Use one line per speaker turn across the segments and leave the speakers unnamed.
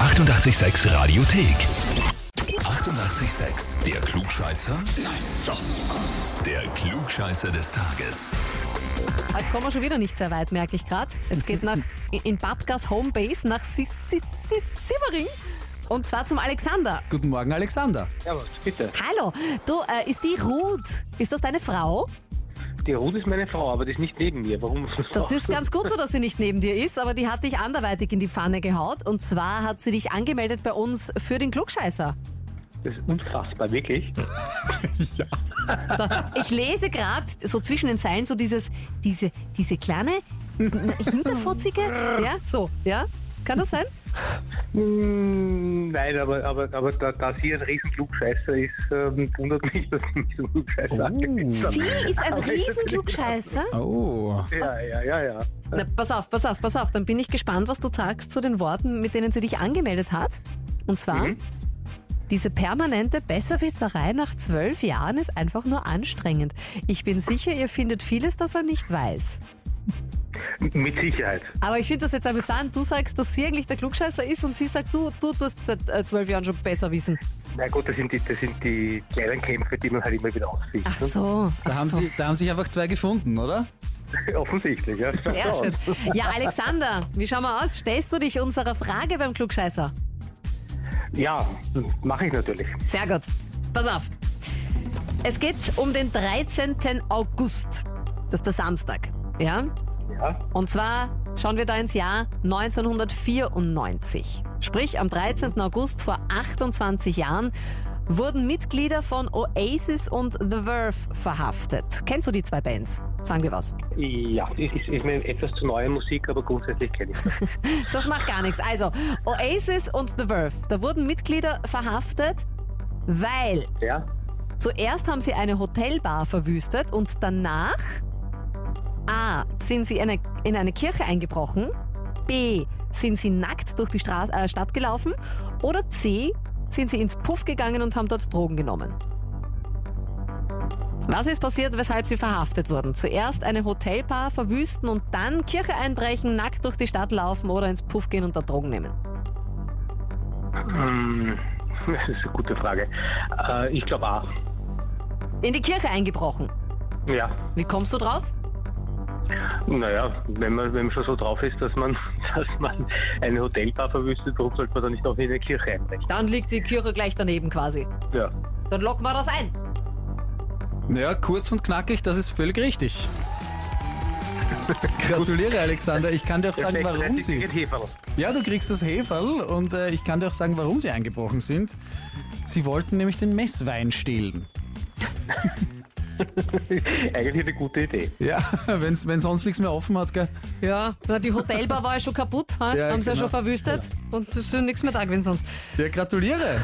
886 Radiothek. 88,6. Der Klugscheißer? Nein, doch. Der Klugscheißer des Tages.
Heute kommen wir schon wieder nicht sehr weit, merke ich gerade. Es geht nach, in Babkas Homebase nach Sis- Sis- Sis- Simmering. Und zwar zum Alexander.
Guten Morgen, Alexander.
Servus, bitte.
Hallo, du, äh, ist die Ruth, ist das deine Frau?
Die Ruth ist meine Frau, aber die ist nicht neben mir. Warum?
Das ist ganz gut so, dass sie nicht neben dir ist, aber die hat dich anderweitig in die Pfanne gehaut. Und zwar hat sie dich angemeldet bei uns für den Klugscheißer.
Das ist unfassbar, wirklich.
Da, ich lese gerade so zwischen den Zeilen so dieses, diese, diese kleine, hinterfutzige, ja, so, ja. Kann das sein?
Mm, Nein, aber, aber, aber da, da sie ein riesen Klugscheißer ist, ähm, wundert mich, dass sie mich so
Oh.
Klugscheißer angemeldet hat.
Sie ist ein
Aber ich-
Riesenklugscheißer.
Oh,
Ja, ja, ja, ja.
Na, pass auf, pass auf, pass auf. Dann bin ich gespannt, was du sagst zu den Worten, mit denen sie dich angemeldet hat. Und zwar,
Mhm.
Mhm.
diese permanente Besserwisserei nach zwölf Jahren ist einfach nur anstrengend. Ich bin sicher, ihr findet vieles, das er nicht weiß.
Mit Sicherheit.
Aber ich finde das jetzt amüsant. Du sagst, dass sie eigentlich der Klugscheißer ist und sie sagt, du, du tust seit äh, zwölf Jahren schon besser wissen.
Na gut, das sind die, das sind die kleinen Kämpfe, die man halt immer wieder ausficht.
Ach so. Ach
da haben,
so.
sie, da haben sich einfach zwei gefunden, oder?
Offensichtlich, ja.
Sehr schön. Ja, Alexander, wie schauen wir aus? Stellst du dich unserer Frage beim Klugscheißer?
Ja, mache ich natürlich.
Sehr gut. Pass auf. Es geht um den 13. August. Das ist der Samstag. Ja?
Ja,
Und zwar schauen wir da ins Jahr 1994. Sprich, am 13. August vor 28 Jahren wurden Mitglieder von Oasis und The Verve verhaftet. Kennst du die zwei Bands? Sagen wir was.
ja ist, ist, ist mir etwas zu neue Musik, aber grundsätzlich kenne ich das.
Das macht gar nichts. Also, Oasis und The Verve, da wurden Mitglieder verhaftet, weil
Ja?
Zuerst haben sie eine Hotelbar verwüstet und danach A. sind sie in eine, in eine Kirche eingebrochen, B. sind sie nackt durch die Stra äh, Stadt gelaufen oder C. sind sie ins Puff gegangen und haben dort Drogen genommen. Was ist passiert, weshalb sie verhaftet wurden? Zuerst eine Hotelbar verwüsten und dann Kirche einbrechen, nackt durch die Stadt laufen oder ins Puff gehen und dort Drogen nehmen.
Hm, Das ist eine gute Frage. Äh, Ich glaube A.
In die Kirche eingebrochen.
Ja,
Wie kommst du drauf?
Naja, wenn man, wenn man schon so drauf ist, dass man, dass man eine Hotelbar verwüstet, warum sollte man dann nicht auch in eine Kirche einbrechen?
Dann liegt die Kirche gleich daneben quasi.
Ja.
Dann locken wir das ein.
Naja, kurz und knackig, das ist völlig richtig. Gratuliere, Alexander. Ich kann dir auch sagen,
Perfekt,
warum
das
sie.
ist ein Heferl.
Ja, du kriegst das Heferl und äh, ich kann dir auch sagen, warum sie eingebrochen sind. Sie wollten nämlich den Messwein stehlen.
Eigentlich eine gute Idee.
Ja, wenn's, wenn sonst nichts mehr offen hat, gell?
Ja, na, die Hotelbar war ja schon kaputt, ha?
Ja,
haben sie ja
genau.
schon verwüstet und es ist nichts mehr da gewesen sonst.
Ja, gratuliere.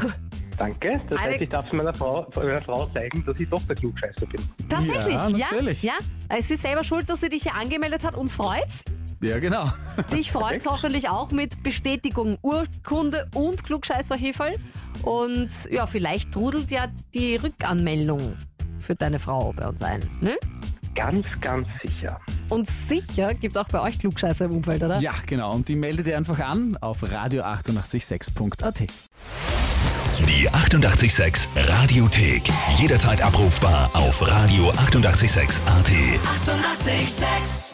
Danke. Das
Eine-
heißt, ich darf meiner Frau, meiner Frau zeigen, dass ich doch der Klugscheißer bin.
Tatsächlich, ja?
Ja, natürlich.
Ja? Es ist selber schuld, dass sie dich hier angemeldet hat. Uns freut's.
Ja, genau.
Dich freut's hoffentlich auch mit Bestätigung, Urkunde und Klugscheißerhefel. Und ja, vielleicht trudelt ja die Rückanmeldung für deine Frau bei uns ein. Ne?
Ganz, ganz sicher.
Und sicher gibt's auch bei euch Klugscheißer im Umfeld, oder?
Ja, genau. Und die melde dir einfach an auf radio886.at. Oh.
Die 88,6 Radiothek. Jederzeit abrufbar auf radio886.at. 88,6.
So nach sich Sex.